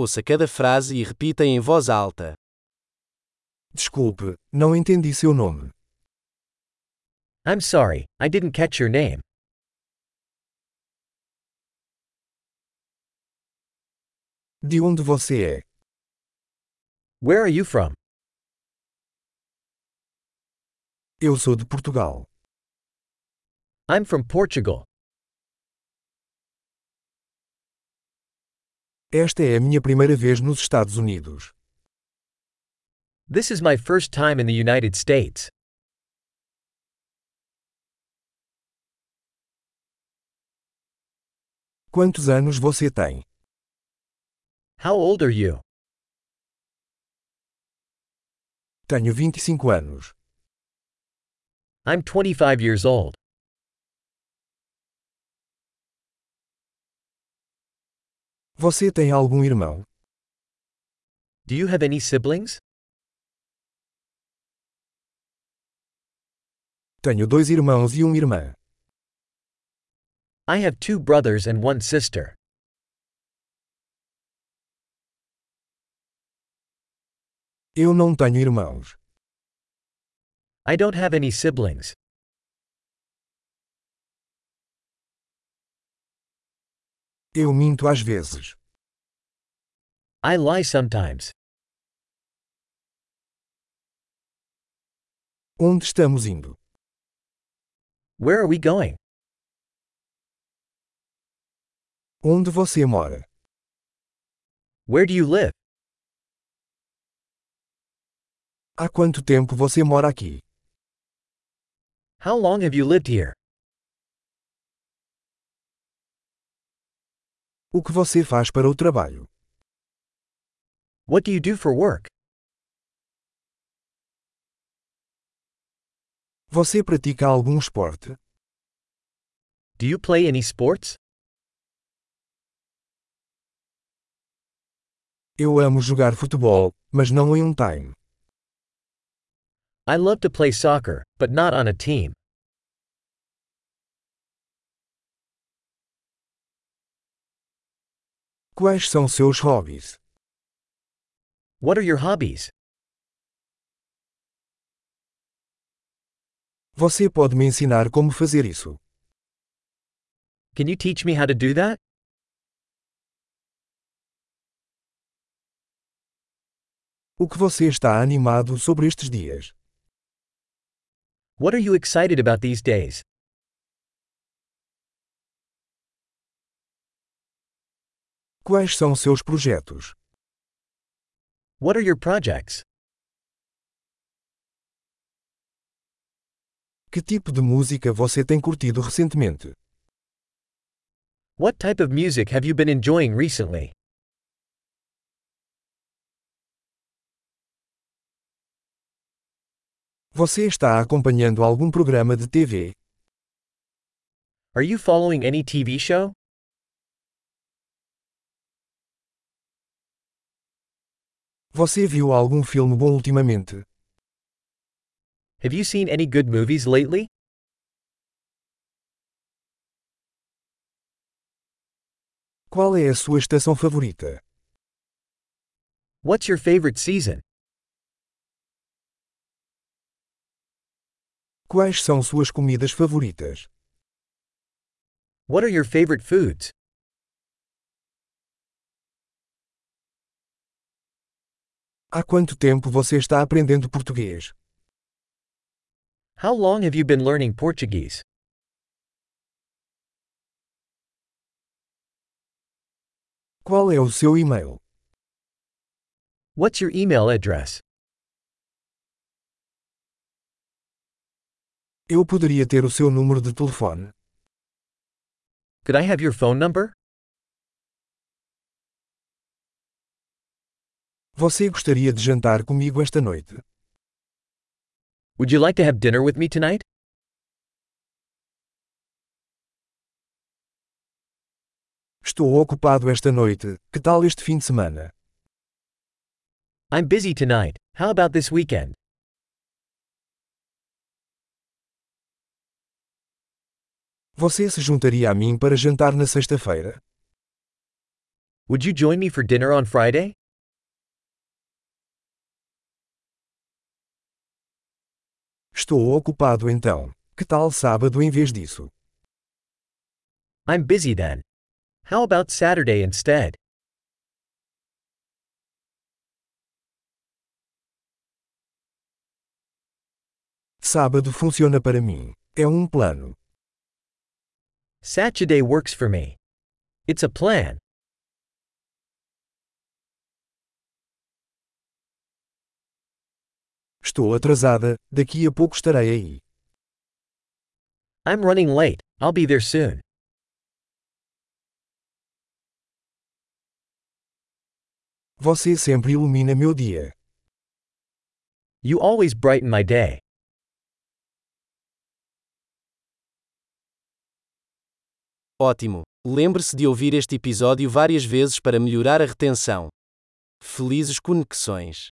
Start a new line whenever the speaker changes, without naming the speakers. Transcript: Ouça cada frase e repita em voz alta.
Desculpe, não entendi seu nome.
I'm sorry, I didn't catch your name.
De onde você é?
Where are you from?
Eu sou de Portugal.
I'm from Portugal.
Esta é a minha primeira vez nos Estados Unidos.
This is my first time in the United States.
Quantos anos você tem?
How old are you?
Tenho 25 anos.
I'm 25 years old.
Você tem algum irmão?
Do you have any siblings?
Tenho dois irmãos e uma irmã.
I have two brothers and one sister.
Eu não tenho irmãos.
I don't have any siblings.
Eu minto às vezes.
I lie sometimes.
Onde estamos indo?
Where are we going?
Onde você mora?
Where do you live?
Há quanto tempo você mora aqui?
How long have you lived here?
O que você faz para o trabalho?
What do you do for work?
Você pratica algum esporte?
Do you play any sports?
Eu amo jogar futebol, mas não em um time.
I love to play soccer, but not on a team.
Quais são seus hobbies?
What are your hobbies?
Você pode me ensinar como fazer isso?
Can you teach me how to do that?
O que você está animado sobre estes dias?
What are you excited about these days?
Quais são seus projetos?
What are your projects?
Que tipo de música você tem curtido recentemente?
What type of music have you been enjoying recently?
Você está acompanhando algum programa de TV?
Are you following any TV show?
Você viu algum filme bom ultimamente?
Have you seen any good movies lately?
Qual é a sua estação favorita?
What's your favorite season?
Quais são suas comidas favoritas?
What are your favorite foods?
Há quanto tempo você está aprendendo português?
How long have you been learning Portuguese?
Qual é o seu e-mail?
What's your email address?
Eu poderia ter o seu número de telefone?
Could I have your phone number?
Você gostaria de jantar comigo esta noite?
Would you like to have dinner with me tonight?
Estou ocupado esta noite, que tal este fim de semana?
I'm busy tonight. How about this weekend?
Você se juntaria a mim para jantar na sexta-feira?
Would you join me for dinner on Friday?
Estou ocupado então. Que tal sábado em vez disso?
I'm busy then. How about Saturday instead?
Sábado funciona para mim. É um plano.
Saturday works for me. It's a plan.
Estou atrasada, daqui a pouco estarei aí.
I'm running late. I'll be there soon.
Você sempre ilumina meu dia.
You always brighten my day.
Ótimo! Lembre-se de ouvir este episódio várias vezes para melhorar a retenção. Felizes conexões!